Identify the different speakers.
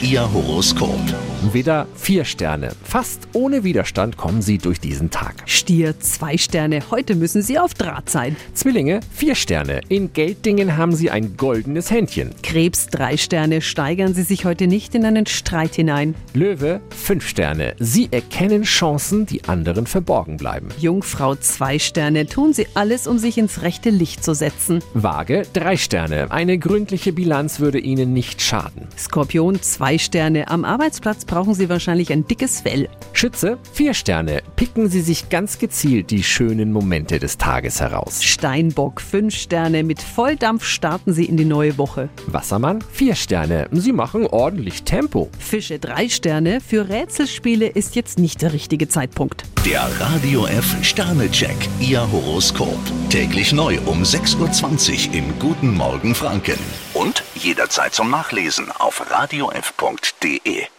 Speaker 1: Ihr Horoskop.
Speaker 2: Wieder vier Sterne. Fast ohne Widerstand kommen Sie durch diesen Tag.
Speaker 3: Stier, zwei Sterne. Heute müssen Sie auf Draht sein.
Speaker 2: Zwillinge, vier Sterne. In Geltdingen haben Sie ein goldenes Händchen.
Speaker 3: Krebs, drei Sterne. Steigern Sie sich heute nicht in einen Streit hinein.
Speaker 2: Löwe, fünf Sterne. Sie erkennen Chancen, die anderen verborgen bleiben.
Speaker 3: Jungfrau, zwei Sterne. Tun Sie alles, um sich ins rechte Licht zu setzen.
Speaker 2: Waage, drei Sterne. Eine gründliche Bilanz würde Ihnen nicht schaden.
Speaker 3: Skorpion, zwei Sterne. Am Arbeitsplatz brauchen Sie wahrscheinlich ein dickes Fell.
Speaker 2: Schütze, vier Sterne. Picken Sie sich ganz gezielt die schönen Momente des Tages heraus.
Speaker 3: Steinbock, fünf Sterne. Mit Volldampf starten Sie in die neue Woche.
Speaker 2: Wassermann, vier Sterne. Sie machen ordentlich Tempo.
Speaker 3: Fische, drei Sterne. Für Rätselspiele ist jetzt nicht der richtige Zeitpunkt.
Speaker 1: Der Radio F Sternecheck, Ihr Horoskop. Täglich neu um 6.20 Uhr im Guten Morgen Franken. Und jederzeit zum Nachlesen auf radiof.de.